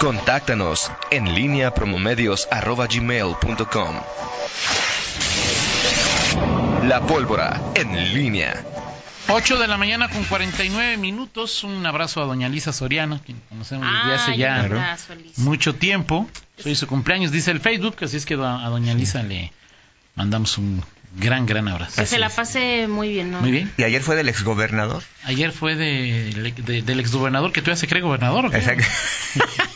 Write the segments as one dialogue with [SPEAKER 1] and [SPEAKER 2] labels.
[SPEAKER 1] Contáctanos en línea promomedios.com. La pólvora en línea.
[SPEAKER 2] 8 de la mañana con 49 minutos. Un abrazo a doña Lisa Soriano, quien conocemos desde hace
[SPEAKER 3] Ay,
[SPEAKER 2] ya
[SPEAKER 3] un abrazo, Lisa.
[SPEAKER 2] mucho tiempo. Soy su cumpleaños, dice el Facebook, así es que a, a doña Lisa le mandamos un gran, gran abrazo.
[SPEAKER 3] Que se la pase muy bien, ¿no?
[SPEAKER 2] Muy bien.
[SPEAKER 4] ¿Y ayer fue del exgobernador?
[SPEAKER 2] Ayer fue de- de- del exgobernador que todavía se cree gobernador. ¿o qué?
[SPEAKER 4] Exacto.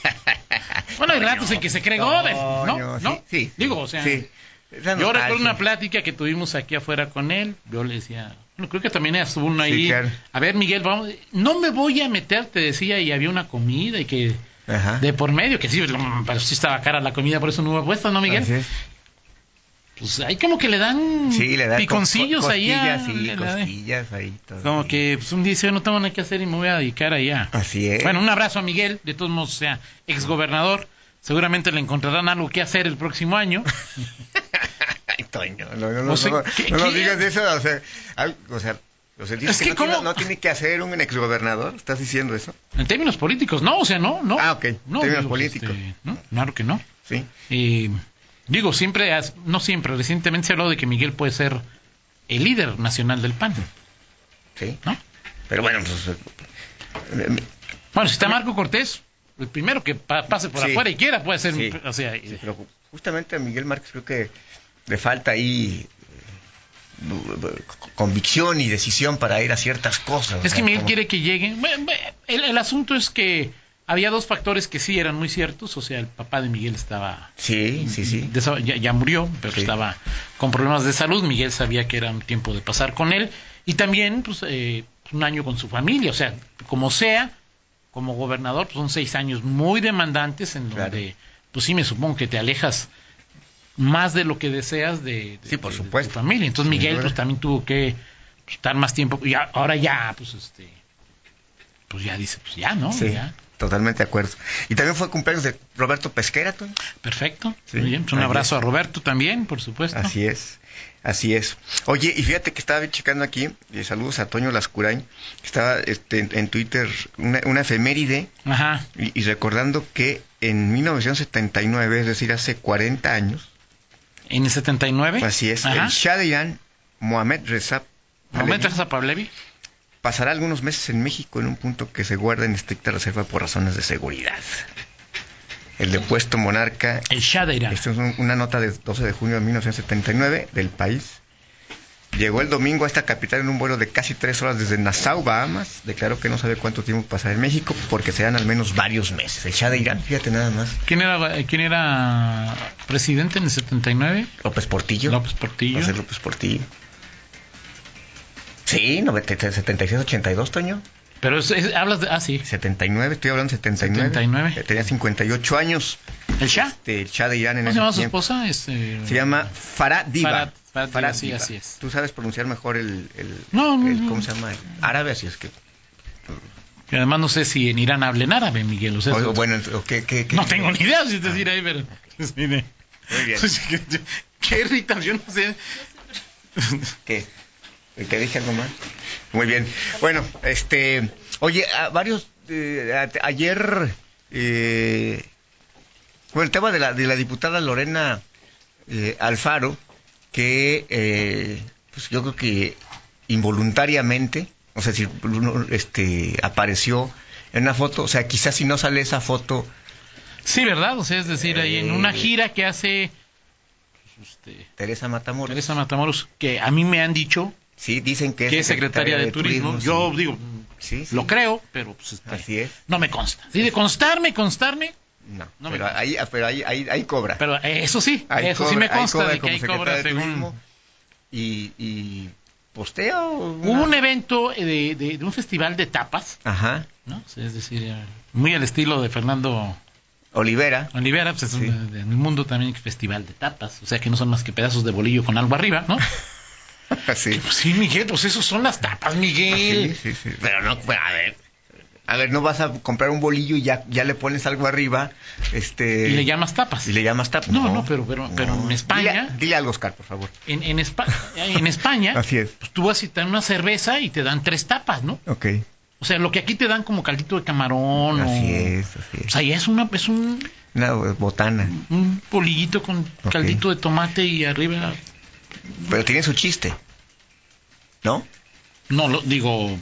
[SPEAKER 2] Bueno, hay ratos en que se cree gobernador, ¿no?
[SPEAKER 4] Toño,
[SPEAKER 2] ¿No?
[SPEAKER 4] sí, sí.
[SPEAKER 2] Digo, o sea,
[SPEAKER 4] Sí. Esa
[SPEAKER 2] yo
[SPEAKER 4] nostalgia.
[SPEAKER 2] recuerdo una plática que tuvimos aquí afuera con él. Yo le decía, bueno, creo que también estuvo uno
[SPEAKER 4] Sí,
[SPEAKER 2] ahí.
[SPEAKER 4] claro.
[SPEAKER 2] A ver, Miguel, vamos, no me voy a meter, te decía, y había una comida y que
[SPEAKER 4] Ajá.
[SPEAKER 2] de por medio, que sí, pero sí estaba cara la comida, por eso no hubo puesta, ¿no, Miguel?
[SPEAKER 4] Así es.
[SPEAKER 2] Pues ahí como que le dan
[SPEAKER 4] Sí, le da
[SPEAKER 2] piconcillos
[SPEAKER 4] co-
[SPEAKER 2] ahí. a-
[SPEAKER 4] costillas, sí,
[SPEAKER 2] le da-
[SPEAKER 4] costillas ahí. todo.
[SPEAKER 2] Como que pues, un día dice, no tengo nada que hacer y me voy a dedicar allá.
[SPEAKER 4] Así es.
[SPEAKER 2] Bueno, un abrazo a Miguel, de todos modos, o sea, exgobernador. Seguramente le encontrarán algo que hacer el próximo año.
[SPEAKER 4] Ay, Toño, no, no, no,
[SPEAKER 2] No sé,
[SPEAKER 4] no,
[SPEAKER 2] ¿qué-
[SPEAKER 4] no nos
[SPEAKER 2] qué?
[SPEAKER 4] digas eso. O sea, al- o sea, o sea, dices
[SPEAKER 2] Es
[SPEAKER 4] que,
[SPEAKER 2] que
[SPEAKER 4] no, tiene-
[SPEAKER 2] cómo-
[SPEAKER 4] no tiene que hacer un exgobernador. ¿Estás diciendo eso?
[SPEAKER 2] En términos políticos, no, o sea, no, no.
[SPEAKER 4] Ah, ok, en
[SPEAKER 2] No,
[SPEAKER 4] términos
[SPEAKER 2] digo,
[SPEAKER 4] políticos.
[SPEAKER 2] este, no, claro que no.
[SPEAKER 4] Sí.
[SPEAKER 2] Eh, digo, siempre, has- no siempre, recientemente se habló de que Miguel puede ser el líder nacional del PAN,
[SPEAKER 4] Sí.
[SPEAKER 2] ¿no?
[SPEAKER 4] Pero bueno, pues. eh,
[SPEAKER 2] Bueno, si está Marco Cortés, el primero que pa- pase por
[SPEAKER 4] Sí.
[SPEAKER 2] afuera y quiera puede ser,
[SPEAKER 4] Sí.
[SPEAKER 2] o sea,
[SPEAKER 4] Sí,
[SPEAKER 2] eh,
[SPEAKER 4] pero ju- justamente a Miguel Márquez creo que le falta ahí eh, bu- bu- convicción y decisión para ir a ciertas cosas. o
[SPEAKER 2] Es
[SPEAKER 4] sea,
[SPEAKER 2] que Miguel
[SPEAKER 4] como-
[SPEAKER 2] quiere que lleguen. Bueno, bueno, El, el asunto es que había dos factores que sí eran muy ciertos. O sea, el papá de Miguel estaba.
[SPEAKER 4] Sí, sí, sí.
[SPEAKER 2] desa- Ya, ya murió, pero
[SPEAKER 4] Sí.
[SPEAKER 2] estaba con problemas de salud. Miguel sabía que era un tiempo de pasar con él. Y también, pues, eh, un año con su familia. O sea, como sea, como gobernador, pues son seis años muy demandantes en
[SPEAKER 4] Claro.
[SPEAKER 2] donde, pues sí, me supongo que te alejas más de lo que deseas de, de-
[SPEAKER 4] Sí, por
[SPEAKER 2] de- de tu
[SPEAKER 4] supuesto.
[SPEAKER 2] familia. Entonces
[SPEAKER 4] Sin
[SPEAKER 2] Miguel
[SPEAKER 4] duda.
[SPEAKER 2] pues también tuvo que pues, estar más tiempo y a- ahora ya pues este pues ya dice, pues ya, ¿no?
[SPEAKER 4] Sí,
[SPEAKER 2] Ya.
[SPEAKER 4] totalmente de acuerdo. Y también fue cumpleaños de Roberto Pesquera, Toño.
[SPEAKER 2] Perfecto.
[SPEAKER 4] Sí,
[SPEAKER 2] Muy bien. Pues, un
[SPEAKER 4] ahí
[SPEAKER 2] abrazo
[SPEAKER 4] es.
[SPEAKER 2] a Roberto también, por supuesto.
[SPEAKER 4] Así es, así es. Oye, y fíjate que estaba checando aquí, y saludos a Toño Lascurain, que estaba este, en, en Twitter una, una efeméride
[SPEAKER 2] Ajá.
[SPEAKER 4] y, y recordando que en 1979, es decir, hace 40 años,
[SPEAKER 2] En el 79.
[SPEAKER 4] Pues Así es.
[SPEAKER 2] Ajá.
[SPEAKER 4] El Shah de Irán, Mohamed Reza
[SPEAKER 2] ¿No
[SPEAKER 4] Pahlavi,
[SPEAKER 2] me entras a Pavlevi?
[SPEAKER 4] pasará algunos meses en México en un punto que se guarda en estricta reserva por razones de seguridad. El depuesto monarca.
[SPEAKER 2] El Shah de Irán.
[SPEAKER 4] Esta es un- una nota de 12 de junio de 1979 del país. Llegó el domingo a esta capital en un vuelo de casi tres horas desde Nassau, Bahamas. Declaró que no sabe cuánto tiempo pasará en México porque serán al menos varios meses. El Shah de Irán, fíjate nada más.
[SPEAKER 2] ¿Quién era eh, quién era presidente en el 79?
[SPEAKER 4] López Portillo.
[SPEAKER 2] López Portillo.
[SPEAKER 4] José López Portillo. Sí, 90, 76, 82, Toño.
[SPEAKER 2] Pero es- es- hablas de ah sí,
[SPEAKER 4] 79, estoy hablando de 79.
[SPEAKER 2] 79.
[SPEAKER 4] Eh, Tenía 58 años.
[SPEAKER 2] el Shah.
[SPEAKER 4] Este, el Shah de Irán en
[SPEAKER 2] ¿Cómo se
[SPEAKER 4] ese
[SPEAKER 2] llama su
[SPEAKER 4] tiempo.
[SPEAKER 2] esposa? Este,
[SPEAKER 4] Se llama Farah Diva.
[SPEAKER 2] Farah- Farah Diva, sí, así es.
[SPEAKER 4] Tú sabes pronunciar mejor el. el-
[SPEAKER 2] No, no,
[SPEAKER 4] el-
[SPEAKER 2] no.
[SPEAKER 4] ¿Cómo se llama? El árabe, así es que.
[SPEAKER 2] que además no sé si en Irán hablen árabe, Miguel, o sea,
[SPEAKER 4] o-
[SPEAKER 2] es-
[SPEAKER 4] o bueno, ent- o qué- qué- qué-
[SPEAKER 2] No tengo ni idea si es decir ahí, pero. sí, de-
[SPEAKER 4] Muy bien.
[SPEAKER 2] Qué- Qué irritación, no sé.
[SPEAKER 4] ¿Qué? ¿Te dije algo más? Muy bien. Bueno, este. Oye, a varios. eh, a- ayer. eh, bueno, el tema de la, de la diputada Lorena eh, Alfaro, que eh, pues yo creo que involuntariamente, o sea, si uno, este, apareció en una foto, o sea, quizás si no sale esa foto,
[SPEAKER 2] Sí, ¿verdad? O sea, es decir, ahí en
[SPEAKER 4] Eh,
[SPEAKER 2] una gira que hace este,
[SPEAKER 4] Teresa Matamoros.
[SPEAKER 2] Teresa Matamoros, que a mí me han dicho
[SPEAKER 4] Sí, dicen que es
[SPEAKER 2] que es secretaria de, turismo. Yo
[SPEAKER 4] sí.
[SPEAKER 2] digo,
[SPEAKER 4] Sí, sí.
[SPEAKER 2] lo creo, pero pues, este,
[SPEAKER 4] Así es.
[SPEAKER 2] no me consta. Sí, de constarme, constarme,
[SPEAKER 4] No,
[SPEAKER 2] No me
[SPEAKER 4] pero,
[SPEAKER 2] consta.
[SPEAKER 4] ahí, pero ahí, ahí, ahí cobra.
[SPEAKER 2] pero eh, eso sí,
[SPEAKER 4] Ahí
[SPEAKER 2] eso sí
[SPEAKER 4] cobra-
[SPEAKER 2] me
[SPEAKER 4] ahí
[SPEAKER 2] consta
[SPEAKER 4] cobra
[SPEAKER 2] de que
[SPEAKER 4] como
[SPEAKER 2] ahí
[SPEAKER 4] secretaria
[SPEAKER 2] cobra
[SPEAKER 4] de
[SPEAKER 2] según.
[SPEAKER 4] turismo Y, y postea o una-
[SPEAKER 2] Hubo un evento eh, de, de- de un festival de tapas,
[SPEAKER 4] Ajá.
[SPEAKER 2] ¿no? O sea, es decir, eh, muy al estilo de Fernando
[SPEAKER 4] Olivera.
[SPEAKER 2] Olivera, pues es
[SPEAKER 4] Sí.
[SPEAKER 2] un- de- en el mundo también hay festival de tapas, o sea que no son más que pedazos de bolillo con algo arriba, ¿no?
[SPEAKER 4] sí.
[SPEAKER 2] Pues sí, Miguel, pues esos son las tapas,
[SPEAKER 4] sí,
[SPEAKER 2] Miguel.
[SPEAKER 4] Ah, sí, sí. Pero no, pero a ver. A ver, no vas a comprar un bolillo y ya, ya le pones algo arriba. Este,
[SPEAKER 2] Y le llamas tapas.
[SPEAKER 4] y le llamas tap.
[SPEAKER 2] No, no, pero- pero- pero en España-
[SPEAKER 4] Dile, dile algo, Oscar, por favor.
[SPEAKER 2] En, en, Espa- en España,
[SPEAKER 4] Así es.
[SPEAKER 2] pues tú vas y te dan una cerveza y te dan tres tapas, ¿no?
[SPEAKER 4] Ok.
[SPEAKER 2] O O sea, lo que aquí te dan como caldito de camarón
[SPEAKER 4] así
[SPEAKER 2] o...
[SPEAKER 4] es, así
[SPEAKER 2] O
[SPEAKER 4] es.
[SPEAKER 2] sea, ya es, una, es un,
[SPEAKER 4] Una botana.
[SPEAKER 2] un bolillito con
[SPEAKER 4] Ok.
[SPEAKER 2] caldito de tomate y arriba...
[SPEAKER 4] Pero tiene su chiste. ¿No?
[SPEAKER 2] No, lo, digo...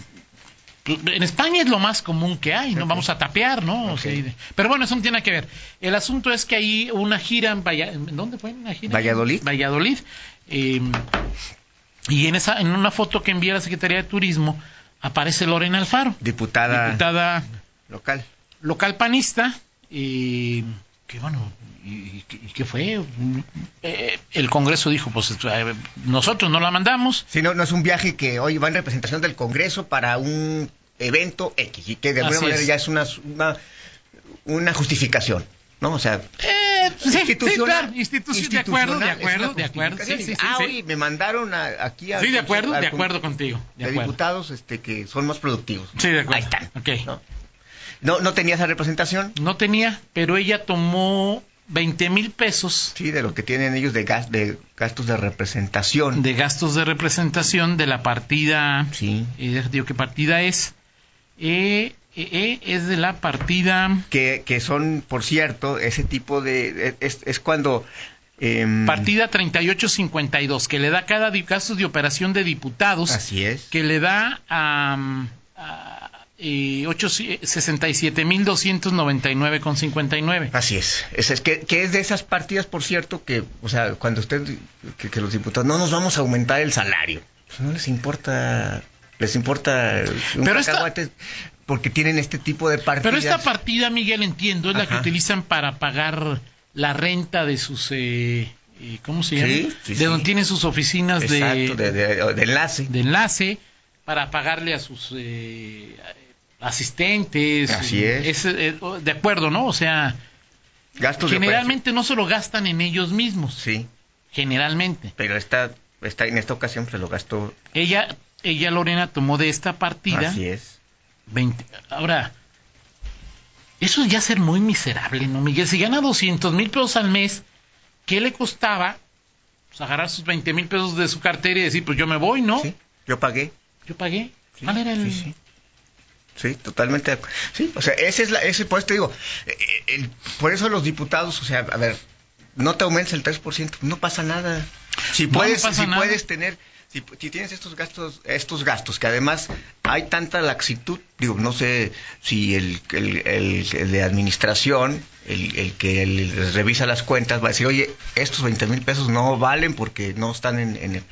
[SPEAKER 2] En España es lo más común que hay, ¿no? Vamos a tapear, ¿no? O sea, y de- pero bueno, eso no tiene nada que ver. El asunto es que ahí hubo una gira en Valla- ¿en ¿Dónde fue? Una gira?
[SPEAKER 4] Valladolid.
[SPEAKER 2] Valladolid. Eh, y en, esa, en una foto que envía la Secretaría de Turismo aparece Lorena Alfaro,
[SPEAKER 4] Diputada,
[SPEAKER 2] diputada
[SPEAKER 4] local.
[SPEAKER 2] local panista y que bueno y, y que fue Eh, el Congreso dijo pues eh, nosotros no la mandamos
[SPEAKER 4] Sí, no, no es un viaje que hoy va en representación del Congreso para un evento X y que de alguna
[SPEAKER 2] Así
[SPEAKER 4] manera
[SPEAKER 2] es.
[SPEAKER 4] ya es una, una, una justificación, ¿no? O sea,
[SPEAKER 2] eh, sí, sí,
[SPEAKER 4] institucional-
[SPEAKER 2] claro, institución de acuerdo de
[SPEAKER 4] institucional, es
[SPEAKER 2] acuerdo
[SPEAKER 4] una
[SPEAKER 2] de acuerdo sí,
[SPEAKER 4] justificación.
[SPEAKER 2] sí, sí,
[SPEAKER 4] ah,
[SPEAKER 2] sí.
[SPEAKER 4] oye, me mandaron a- aquí a...
[SPEAKER 2] Sí, de acuerdo
[SPEAKER 4] al-
[SPEAKER 2] de acuerdo contigo de
[SPEAKER 4] de
[SPEAKER 2] acuerdo
[SPEAKER 4] diputados este, que son más productivos.
[SPEAKER 2] sí de acuerdo
[SPEAKER 4] Ahí está.
[SPEAKER 2] Ok.
[SPEAKER 4] ¿no? No, no tenía esa representación,
[SPEAKER 2] no tenía pero ella tomó 20 mil pesos
[SPEAKER 4] sí, de lo que tienen ellos de, gas, de gastos de representación.
[SPEAKER 2] de gastos de representación de la partida
[SPEAKER 4] Sí.
[SPEAKER 2] eh, digo qué partida es Eh, eh, eh, es de la partida
[SPEAKER 4] Que, que son, por cierto, ese tipo de... e, Es, es cuando... em,
[SPEAKER 2] Partida 3852, que le da cada di- gastos de operación de diputados,
[SPEAKER 4] Así es.
[SPEAKER 2] que le da am, a, eh, ocho si- eh, 67.299,59.
[SPEAKER 4] Así es. Es, es que, que es de esas partidas, por cierto, que, o sea, cuando usted, que, que los diputados, no nos vamos a aumentar el salario. Pues no les importa, les importa un
[SPEAKER 2] Pero esta-
[SPEAKER 4] cacahuate porque tienen este tipo de partidas.
[SPEAKER 2] Pero esta partida, Miguel, entiendo, es la que
[SPEAKER 4] Ajá.
[SPEAKER 2] utilizan para pagar la renta de sus... eh, eh, ¿Cómo se llama?
[SPEAKER 4] Sí, sí,
[SPEAKER 2] de
[SPEAKER 4] sí.
[SPEAKER 2] donde tienen sus oficinas de-
[SPEAKER 4] Exacto, de, de- de enlace.
[SPEAKER 2] de enlace para pagarle a sus eh, asistentes.
[SPEAKER 4] Así es.
[SPEAKER 2] Ese, eh, de acuerdo, ¿no? O sea,
[SPEAKER 4] Gastos de
[SPEAKER 2] generalmente no se lo gastan en ellos mismos.
[SPEAKER 4] operación. Pues Sí,
[SPEAKER 2] Generalmente.
[SPEAKER 4] pero esta, esta, en esta ocasión se lo gastó.
[SPEAKER 2] Ella, ella Lorena tomó de esta partida
[SPEAKER 4] Así es.
[SPEAKER 2] 20. Ahora, eso es ya ser muy miserable, ¿no, Miguel? Si gana 200 mil pesos al mes, ¿qué le costaba pues, agarrar sus 20 mil pesos de su cartera y decir, pues yo me voy, ¿no?
[SPEAKER 4] Sí, yo pagué.
[SPEAKER 2] Yo pagué.
[SPEAKER 4] Sí,
[SPEAKER 2] ¿Cuál era el-
[SPEAKER 4] sí, sí. Sí, totalmente. de acuerdo. Sí, o sea, ese es la, ese, por eso te digo, eh, eh, el- por eso los diputados, o sea, a ver, no te aumentes el 3%, no pasa nada. Si
[SPEAKER 2] No, no
[SPEAKER 4] puedes,
[SPEAKER 2] pasa
[SPEAKER 4] si
[SPEAKER 2] nada.
[SPEAKER 4] puedes tener, si, si tienes estos gastos, estos gastos, que además hay tanta laxitud, digo, no sé si el, el- el- el de administración, el, el que el- revisa las cuentas, va a decir, oye, estos 20 mil pesos no valen porque no están en, en el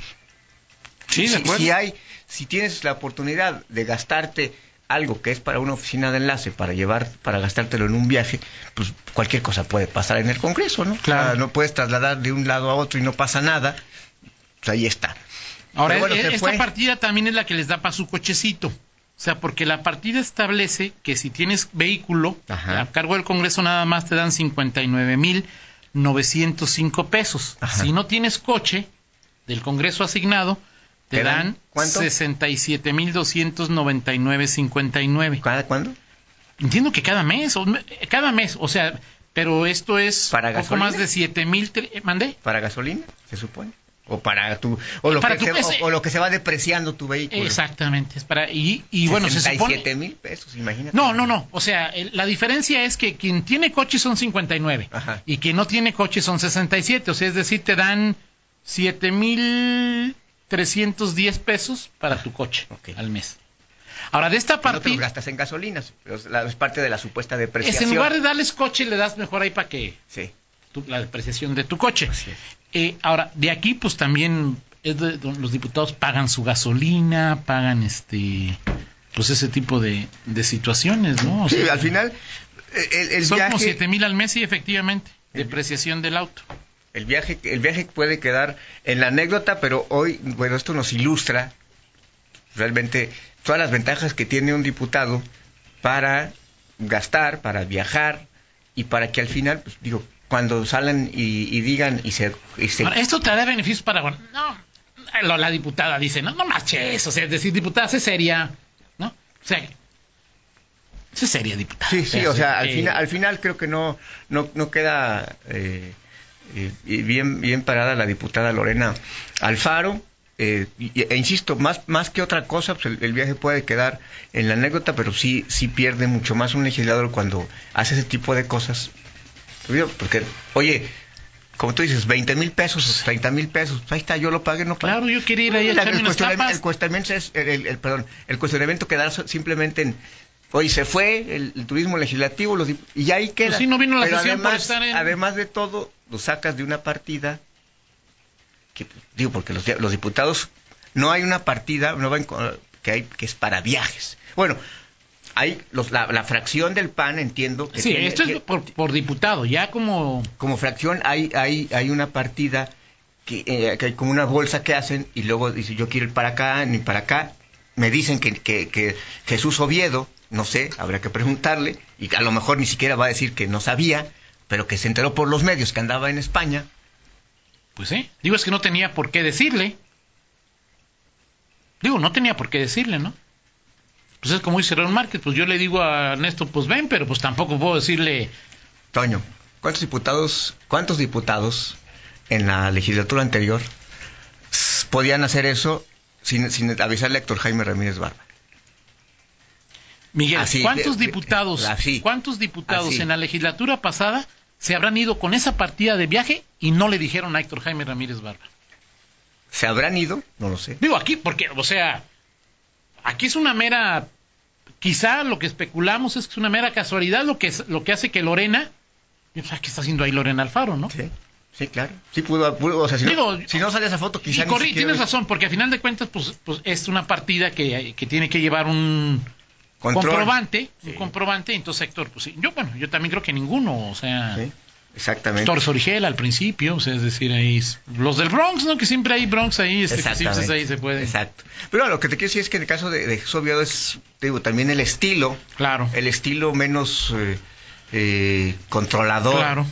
[SPEAKER 2] Sí, de
[SPEAKER 4] si,
[SPEAKER 2] acuerdo.
[SPEAKER 4] si hay, si tienes la oportunidad de gastarte algo que es para una oficina de enlace, para llevar, para gastártelo en un viaje, pues cualquier cosa puede pasar en el Congreso, ¿no?
[SPEAKER 2] Claro.
[SPEAKER 4] O sea, no puedes trasladar de un lado a otro y no pasa nada. Pues ahí está.
[SPEAKER 2] Ahora,
[SPEAKER 4] Pero bueno,
[SPEAKER 2] e-
[SPEAKER 4] se
[SPEAKER 2] esta
[SPEAKER 4] fue.
[SPEAKER 2] partida también es la que les da para su cochecito. O sea, porque la partida establece que si tienes vehículo,
[SPEAKER 4] Ajá.
[SPEAKER 2] a cargo del Congreso nada más te dan 59.905 pesos.
[SPEAKER 4] Ajá.
[SPEAKER 2] Si no tienes coche del Congreso asignado, te,
[SPEAKER 4] ¿Te dan
[SPEAKER 2] dan,
[SPEAKER 4] cuánto?
[SPEAKER 2] 67.299.59.
[SPEAKER 4] ¿Cada cuándo?
[SPEAKER 2] Entiendo que cada mes, o me- cada mes, o sea, pero esto es
[SPEAKER 4] ¿Para
[SPEAKER 2] poco
[SPEAKER 4] gasolina?
[SPEAKER 2] más de 7.000. tre- eh, ¿Mandé?
[SPEAKER 4] ¿Para gasolina? Se supone. O para tu, o lo,
[SPEAKER 2] Para
[SPEAKER 4] que,
[SPEAKER 2] tu
[SPEAKER 4] se,
[SPEAKER 2] PC.
[SPEAKER 4] o, o lo que se va depreciando tu vehículo.
[SPEAKER 2] Exactamente. Es para, y, y bueno, se supone...
[SPEAKER 4] mil pesos, imagínate.
[SPEAKER 2] No, no, no. O sea, el- la diferencia es que quien tiene coche son 59
[SPEAKER 4] Ajá.
[SPEAKER 2] y quien no tiene coche son 67. O sea, es decir, te dan 7,310 pesos para tu coche
[SPEAKER 4] Ok.
[SPEAKER 2] al mes. Ahora, de esta
[SPEAKER 4] No te los
[SPEAKER 2] partida,
[SPEAKER 4] gastas en gasolina, pero es la- es parte de la supuesta
[SPEAKER 2] es
[SPEAKER 4] depreciación.
[SPEAKER 2] en lugar de darles coche, le das mejor ahí para que
[SPEAKER 4] Sí.
[SPEAKER 2] tu- la depreciación de tu coche.
[SPEAKER 4] Así es.
[SPEAKER 2] Eh, ahora, de aquí, pues también es de- don- los diputados pagan su gasolina, pagan este, pues ese tipo de, de situaciones, ¿no? O
[SPEAKER 4] Sí,
[SPEAKER 2] sea,
[SPEAKER 4] al final, el, el
[SPEAKER 2] Son
[SPEAKER 4] viaje...
[SPEAKER 2] como 7 mil al mes, y efectivamente. Depreciación del auto.
[SPEAKER 4] El viaje, el viaje puede quedar en la anécdota, pero hoy, bueno, esto nos ilustra realmente todas las ventajas que tiene un diputado para gastar, para viajar y para que al final, pues digo, cuando salen y, y digan y se... y se-
[SPEAKER 2] Ahora, esto te da beneficios para. bueno, No, la, la diputada dice, no, no marches. O sea, es decir, diputada, sé seria. ¿No? O sea, sé seria, diputada.
[SPEAKER 4] sí, sí, o sea, al,
[SPEAKER 2] eh,
[SPEAKER 4] final, al final creo que no, no, no queda eh, eh, bien, bien parada la diputada Lorena Alfaro. eh, y- e insisto, más, más que otra cosa, pues el, el viaje puede quedar en la anécdota, pero sí, sí pierde mucho más un legislador cuando hace ese tipo de cosas. Pues Digo, Porque, oye, como tú dices, 20 mil pesos, 30 mil pesos, ahí está, yo lo pagué, no pagué.
[SPEAKER 2] Claro, yo quería ir ahí a
[SPEAKER 4] La-
[SPEAKER 2] echarme
[SPEAKER 4] el,
[SPEAKER 2] unas
[SPEAKER 4] cuestionamiento,
[SPEAKER 2] tapas.
[SPEAKER 4] el cuestionamiento es el, el- el- perdón, el cuestionamiento queda so- simplemente en hoy se fue el, el turismo legislativo los dip- y ahí queda.
[SPEAKER 2] Pues sí, no vino la
[SPEAKER 4] Pero
[SPEAKER 2] sesión por
[SPEAKER 4] además,
[SPEAKER 2] estar en-
[SPEAKER 4] además de todo lo sacas de una partida que digo porque los, di- los diputados no hay una partida no va en co- que hay que es para viajes. Bueno, hay los- la, la fracción del PAN entiendo que
[SPEAKER 2] Sí,
[SPEAKER 4] tiene-
[SPEAKER 2] esto es
[SPEAKER 4] que-
[SPEAKER 2] por, por diputado, ya como...
[SPEAKER 4] como fracción hay hay hay una partida que, eh, que hay como una bolsa que hacen y luego dice yo quiero ir para acá ni para acá me dicen que, que- que Jesús Oviedo no sé habrá que preguntarle y a lo mejor ni siquiera va a decir que no sabía pero que se enteró por los medios que andaba en España
[SPEAKER 2] Pues sí. Digo, es que no tenía por qué decirle. Digo, no tenía por qué decirle, ¿no? Pues es como dice Raúl Márquez, pues yo le digo a Ernesto, pues ven, pero pues tampoco puedo decirle...
[SPEAKER 4] Toño cuántos diputados cuántos diputados en la legislatura anterior s- podían hacer eso sin, sin avisarle a Héctor Jaime Ramírez Barba
[SPEAKER 2] Miguel,
[SPEAKER 4] Así,
[SPEAKER 2] ¿cuántos
[SPEAKER 4] de- de-
[SPEAKER 2] diputados,
[SPEAKER 4] así,
[SPEAKER 2] cuántos diputados
[SPEAKER 4] así.
[SPEAKER 2] en la legislatura pasada se habrán ido con esa partida de viaje y no le dijeron a Héctor Jaime Ramírez Barba?
[SPEAKER 4] se habrán ido no lo sé
[SPEAKER 2] Digo, aquí, porque, o sea, aquí es una mera, quizá lo que especulamos es que es una mera casualidad lo que, es- lo que hace que Lorena, o sea, ¿qué está haciendo ahí Lorena Alfaro, no?
[SPEAKER 4] Sí, sí, claro. Sí pudo, pudo, o sea, si,
[SPEAKER 2] Digo,
[SPEAKER 4] no, si no sale esa foto,
[SPEAKER 2] Y
[SPEAKER 4] Pues quizá ni
[SPEAKER 2] corrí,
[SPEAKER 4] siquiera
[SPEAKER 2] tienes
[SPEAKER 4] hubiera-
[SPEAKER 2] razón, porque a final de cuentas, pues, pues es una partida que, que tiene que llevar un
[SPEAKER 4] Control.
[SPEAKER 2] comprobante,
[SPEAKER 4] Sí.
[SPEAKER 2] un comprobante, entonces Héctor, pues sí, yo, bueno, yo también creo que ninguno, o sea...
[SPEAKER 4] Sí, exactamente.
[SPEAKER 2] Héctor Sorigel al principio, o sea, es decir, ahí es- los del Bronx, ¿no? Que siempre hay Bronx ahí, este, que siempre
[SPEAKER 4] Exactamente.
[SPEAKER 2] ahí se puede.
[SPEAKER 4] Exacto. Pero bueno, lo que te quiero decir es que en el caso de, de Jesús Oviedo es, te digo, también el estilo,
[SPEAKER 2] Claro,
[SPEAKER 4] el estilo menos eh, eh, controlador.
[SPEAKER 2] claro.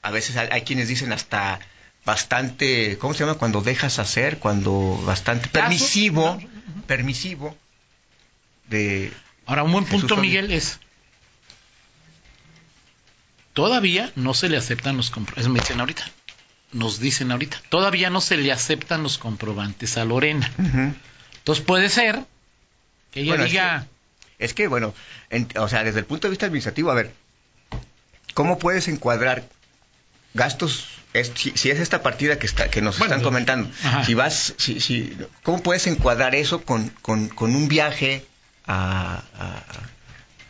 [SPEAKER 4] A veces hay, hay quienes dicen hasta bastante, ¿cómo se llama? Cuando dejas hacer, cuando bastante
[SPEAKER 2] Lazo.
[SPEAKER 4] permisivo,
[SPEAKER 2] Claro,
[SPEAKER 4] permisivo de...
[SPEAKER 2] Ahora, un buen
[SPEAKER 4] Jesús
[SPEAKER 2] punto,
[SPEAKER 4] Oviedo.
[SPEAKER 2] Miguel, es. Todavía no se le aceptan los comprobantes. Me dicen ahorita. Nos dicen ahorita. Todavía no se le aceptan los comprobantes a Lorena.
[SPEAKER 4] Ujú.
[SPEAKER 2] Entonces puede ser que ella
[SPEAKER 4] Bueno, es
[SPEAKER 2] diga.
[SPEAKER 4] Es que, bueno, en- o sea, desde el punto de vista administrativo, a ver, ¿cómo puedes encuadrar gastos? Es- si, si es esta partida que, está, que nos
[SPEAKER 2] Bueno,
[SPEAKER 4] están
[SPEAKER 2] lo-
[SPEAKER 4] comentando,
[SPEAKER 2] ajá.
[SPEAKER 4] si vas, si, si, ¿cómo puedes encuadrar eso con, con, con un viaje a- a-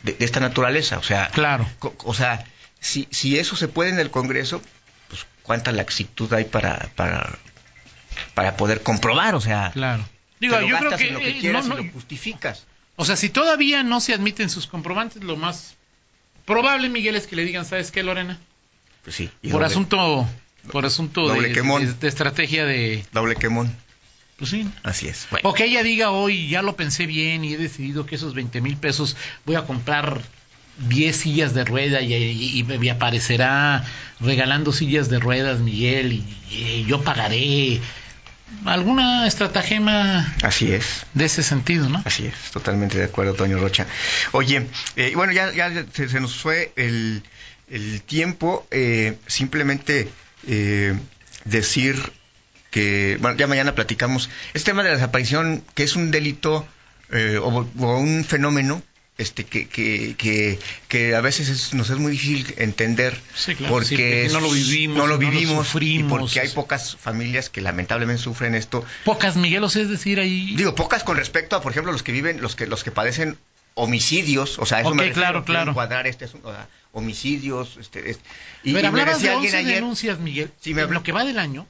[SPEAKER 4] de, de esta naturaleza? O sea,
[SPEAKER 2] Claro.
[SPEAKER 4] co- o sea si, si eso se puede en el Congreso, pues cuánta laxitud hay para, para, para poder comprobar, o sea,
[SPEAKER 2] Claro.
[SPEAKER 4] te
[SPEAKER 2] Digo,
[SPEAKER 4] lo
[SPEAKER 2] yo creo
[SPEAKER 4] gastas
[SPEAKER 2] que.
[SPEAKER 4] en lo que
[SPEAKER 2] eh,
[SPEAKER 4] quieras
[SPEAKER 2] no,
[SPEAKER 4] y
[SPEAKER 2] no,
[SPEAKER 4] lo justificas.
[SPEAKER 2] O sea, si todavía no se admiten sus comprobantes, lo más probable, Miguel, es que le digan, ¿sabes qué, Lorena?
[SPEAKER 4] Pues sí. y
[SPEAKER 2] por
[SPEAKER 4] doble-
[SPEAKER 2] asunto por asunto
[SPEAKER 4] Doble
[SPEAKER 2] de,
[SPEAKER 4] quemón.
[SPEAKER 2] de- de estrategia de
[SPEAKER 4] Doble quemón.
[SPEAKER 2] pues sí
[SPEAKER 4] Así es.
[SPEAKER 2] o que ella diga hoy ya lo pensé bien y he decidido que esos 20 mil pesos voy a comprar 10 sillas de rueda y, y- y me me aparecerá regalando sillas de ruedas Miguel y, y yo pagaré alguna estratagema
[SPEAKER 4] Así es.
[SPEAKER 2] de ese sentido no
[SPEAKER 4] Así es, totalmente de acuerdo, Toño Rocha. Oye, eh, bueno, ya, ya se, se nos fue el, el tiempo. eh, simplemente eh, decir que, bueno, ya mañana platicamos. Este tema de la desaparición, que es un delito eh, o, o un fenómeno este que, que, que, que a veces es- nos es muy difícil entender
[SPEAKER 2] Sí, claro,
[SPEAKER 4] porque
[SPEAKER 2] sí, porque no lo vivimos,
[SPEAKER 4] no
[SPEAKER 2] no
[SPEAKER 4] lo
[SPEAKER 2] lo
[SPEAKER 4] vivimos y
[SPEAKER 2] sufrimos.
[SPEAKER 4] porque hay pocas familias que lamentablemente sufren esto
[SPEAKER 2] pocas Miguel o sea, es decir ahí
[SPEAKER 4] Digo, pocas con respecto a, por ejemplo, los que viven, los que, los que padecen homicidios, o sea, eso
[SPEAKER 2] Ok,
[SPEAKER 4] me refiero,
[SPEAKER 2] claro,
[SPEAKER 4] quiero
[SPEAKER 2] claro.
[SPEAKER 4] encuadrar este asunto, o sea, homicidios, este, este- y,
[SPEAKER 2] Pero
[SPEAKER 4] y me
[SPEAKER 2] hablabas de
[SPEAKER 4] decía alguien
[SPEAKER 2] 11
[SPEAKER 4] ayer,
[SPEAKER 2] denuncias Miguel
[SPEAKER 4] Sí, me
[SPEAKER 2] en
[SPEAKER 4] habla-
[SPEAKER 2] lo que va del año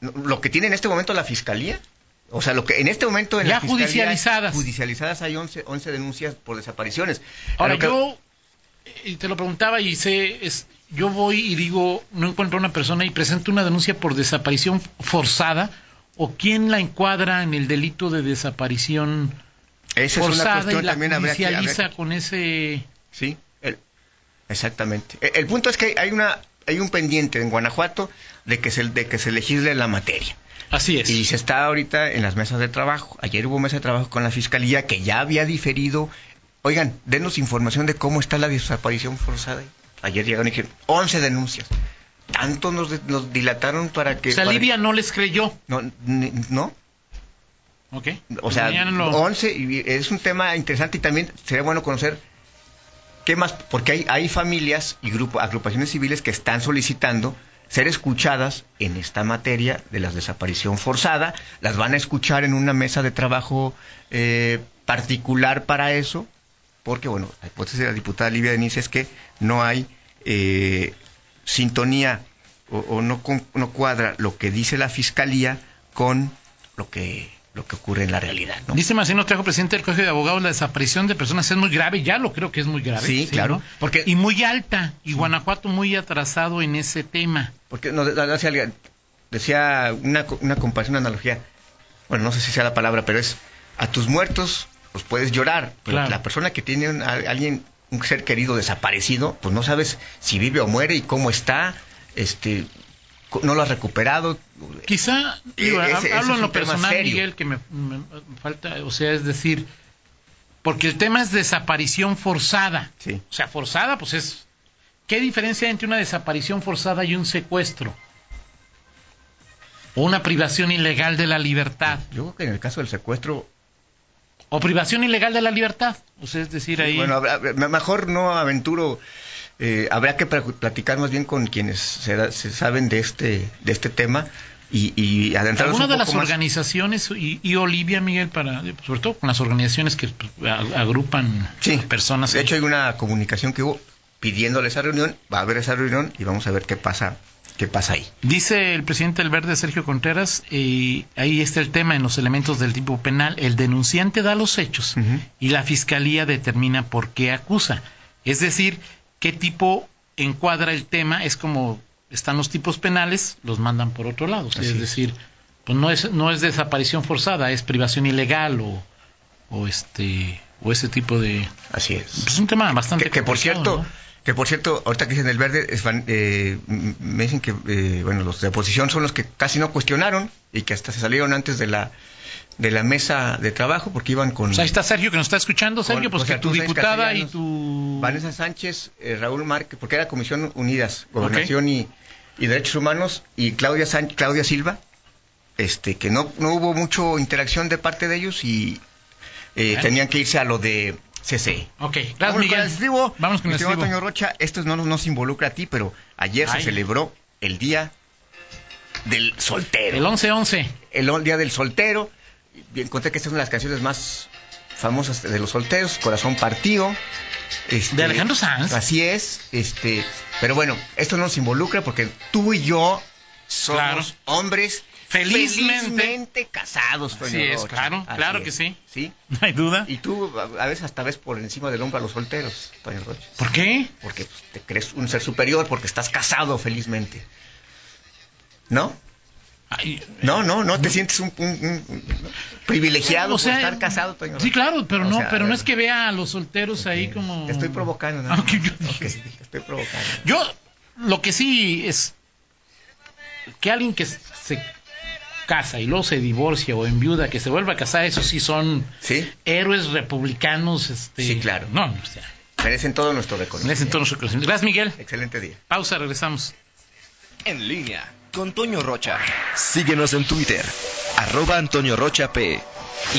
[SPEAKER 4] lo que tiene en este momento la fiscalía, o sea, lo que en este momento en
[SPEAKER 2] Ya
[SPEAKER 4] la fiscalía,
[SPEAKER 2] judicializadas.
[SPEAKER 4] judicializadas hay 11, 11 denuncias por desapariciones.
[SPEAKER 2] Ahora
[SPEAKER 4] A lo que-
[SPEAKER 2] yo eh, te lo preguntaba y sé, es, yo voy y digo, no encuentro a una persona y presento una denuncia por desaparición forzada o quién la encuadra en el delito de desaparición
[SPEAKER 4] esa es una
[SPEAKER 2] forzada y
[SPEAKER 4] cuestión
[SPEAKER 2] la
[SPEAKER 4] también habría que,
[SPEAKER 2] judicializa
[SPEAKER 4] habría que-
[SPEAKER 2] con ese
[SPEAKER 4] Sí, el- exactamente. E, El, el punto es que hay una hay un pendiente en Guanajuato de que se, de que se legisle la materia.
[SPEAKER 2] así es.
[SPEAKER 4] Y se está ahorita en las mesas de trabajo. Ayer hubo mesa de trabajo con la fiscalía que ya había diferido. Oigan, denos información de cómo está la desaparición forzada. Ayer llegaron y dijeron 11 denuncias. tanto nos, de- nos dilataron para que...
[SPEAKER 2] O sea,
[SPEAKER 4] para-
[SPEAKER 2] Libia no les creyó,
[SPEAKER 4] No, ni- no,
[SPEAKER 2] ¿ok?
[SPEAKER 4] o sea,
[SPEAKER 2] Mañana lo-
[SPEAKER 4] 11, y es un tema interesante y también sería bueno conocer qué más, porque hay, hay familias y grupo, agrupaciones civiles que están solicitando ser escuchadas en esta materia de la desaparición forzada, las van a escuchar en una mesa de trabajo eh, particular para eso, porque, bueno, la hipótesis de la diputada Livia Denise es que no hay eh, sintonía o, o no, con- no cuadra lo que dice la fiscalía con lo que, lo que ocurre en la realidad. ¿no?
[SPEAKER 2] Dice Marcelo Trejo, presidente del Colegio de Abogados, la desaparición de personas es muy grave, ya lo creo que es muy grave.
[SPEAKER 4] Sí, claro, porque-
[SPEAKER 2] Porque... Y muy alta, y Guanajuato muy atrasado en ese tema.
[SPEAKER 4] Porque nos hace alguien- decía una, co- una comparación, una analogía. Bueno, no sé si sea la palabra, pero es a tus muertos los puedes llorar, pero
[SPEAKER 2] Claro.
[SPEAKER 4] la persona que tiene un- a alguien un ser querido desaparecido, pues no sabes si vive o muere y cómo está, este co- no lo has recuperado.
[SPEAKER 2] Quizá,
[SPEAKER 4] Eh,
[SPEAKER 2] digo, ha-
[SPEAKER 4] ese- ese
[SPEAKER 2] hablo en
[SPEAKER 4] es un
[SPEAKER 2] lo
[SPEAKER 4] tema
[SPEAKER 2] personal,
[SPEAKER 4] serio.
[SPEAKER 2] Miguel, que me, me falta, o sea, es decir, porque el tema es desaparición forzada.
[SPEAKER 4] Sí.
[SPEAKER 2] O sea, forzada, pues es... ¿Qué diferencia hay entre una desaparición forzada y un secuestro? O una privación ilegal de la libertad.
[SPEAKER 4] Yo creo que en el caso del secuestro,
[SPEAKER 2] O privación ilegal de la libertad. O sea, es decir, ahí...
[SPEAKER 4] bueno, habrá- me- mejor no aventuro, eh, habrá que pra- platicar más bien con quienes se, da- se saben de este, de este tema y, y adentrarnos
[SPEAKER 2] Algunas
[SPEAKER 4] un
[SPEAKER 2] de
[SPEAKER 4] poco
[SPEAKER 2] las
[SPEAKER 4] más.
[SPEAKER 2] organizaciones, y, y Olivia, Miguel, para, sobre todo con las organizaciones que pues, a- agrupan
[SPEAKER 4] Sí.
[SPEAKER 2] a personas.
[SPEAKER 4] De hecho, hay una comunicación que hubo pidiéndole esa reunión. Va a haber esa reunión y vamos a ver qué pasa, qué pasa ahí.
[SPEAKER 2] Dice el presidente del Verde, Sergio Contreras, y ahí está el tema en los elementos del tipo penal. El denunciante da los hechos
[SPEAKER 4] Ujú.
[SPEAKER 2] y la fiscalía determina por qué acusa. Es decir, qué tipo encuadra el tema. Es como están los tipos penales, los mandan por otro lado. O sea,
[SPEAKER 4] Así
[SPEAKER 2] es
[SPEAKER 4] es.
[SPEAKER 2] decir, pues no es, no es desaparición forzada, es privación ilegal o, o este o ese tipo de pues
[SPEAKER 4] Así es.
[SPEAKER 2] es un tema bastante
[SPEAKER 4] Que, que por
[SPEAKER 2] complicado,
[SPEAKER 4] cierto,
[SPEAKER 2] ¿no?
[SPEAKER 4] que por cierto, ahorita que dicen el verde, es fan- eh, m- me dicen que eh, bueno los de oposición son los que casi no cuestionaron y que hasta se salieron antes de la de la mesa de trabajo porque iban con
[SPEAKER 2] Pues ahí está Sergio que nos está escuchando
[SPEAKER 4] con
[SPEAKER 2] Sergio pues
[SPEAKER 4] José
[SPEAKER 2] que tu
[SPEAKER 4] Arturo Sáenz
[SPEAKER 2] diputada y
[SPEAKER 4] Castellanos,
[SPEAKER 2] tu
[SPEAKER 4] Vanessa Sánchez, eh, Raúl Márquez, porque era Comisión Unidas, Gobernación y, y Derechos Humanos, y Claudia, San- Claudia Silva, este, que no, no hubo mucho interacción de parte de ellos y eh,
[SPEAKER 2] Bueno.
[SPEAKER 4] tenían que irse a lo de E. CCE.
[SPEAKER 2] Ok, gracias
[SPEAKER 4] Vamos
[SPEAKER 2] Miguel.
[SPEAKER 4] con el estribo.
[SPEAKER 2] Vamos con
[SPEAKER 4] Mi
[SPEAKER 2] el
[SPEAKER 4] estimado
[SPEAKER 2] estribo.
[SPEAKER 4] Toño Rocha, esto no nos- nos involucra a ti, pero ayer
[SPEAKER 2] Ay.
[SPEAKER 4] se celebró el Día del Soltero.
[SPEAKER 2] El 11-11.
[SPEAKER 4] El o- Día del Soltero. Y Encontré que esta es una de las canciones más famosas de los solteros, Corazón Partido. este,
[SPEAKER 2] De Alejandro Sanz.
[SPEAKER 4] Así es. este Pero bueno, esto no nos involucra porque tú y yo somos
[SPEAKER 2] Claro.
[SPEAKER 4] hombres
[SPEAKER 2] Felizmente.
[SPEAKER 4] felizmente casados. Toño
[SPEAKER 2] Así es,
[SPEAKER 4] Rocha.
[SPEAKER 2] claro, claro que sí.
[SPEAKER 4] ¿Sí?
[SPEAKER 2] No hay duda.
[SPEAKER 4] Y tú a a veces hasta ves por encima del hombro a los solteros, Toño Rocha.
[SPEAKER 2] ¿Por qué?
[SPEAKER 4] Porque pues, te crees un ser superior, porque estás casado felizmente. ¿No?
[SPEAKER 2] Ay,
[SPEAKER 4] No, no, no te sientes un, un- un- un privilegiado
[SPEAKER 2] o sea,
[SPEAKER 4] por estar casado, Toño.
[SPEAKER 2] Sí, claro, pero
[SPEAKER 4] O
[SPEAKER 2] no,
[SPEAKER 4] sea,
[SPEAKER 2] pero no es que vea a los solteros ahí como
[SPEAKER 4] Te estoy provocando, ¿no?
[SPEAKER 2] Aunque yo dije-
[SPEAKER 4] Ok, te estoy provocando.
[SPEAKER 2] Yo lo que sí es que alguien que se casa y luego se divorcia o enviuda, que se vuelva a casar, eso sí son
[SPEAKER 4] Sí,
[SPEAKER 2] héroes republicanos, este
[SPEAKER 4] Sí, claro.
[SPEAKER 2] No, o sea,
[SPEAKER 4] merecen todo nuestro
[SPEAKER 2] en
[SPEAKER 4] reconocimiento.
[SPEAKER 2] ese entorno su crecimiento. Gracias, Miguel.
[SPEAKER 4] Excelente día.
[SPEAKER 2] Pausa, regresamos.
[SPEAKER 1] En línea.
[SPEAKER 5] Con Toño Rocha.
[SPEAKER 1] Síguenos en Twitter, arroba Antonio Rocha P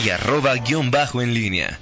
[SPEAKER 1] y arroba guión bajo en línea.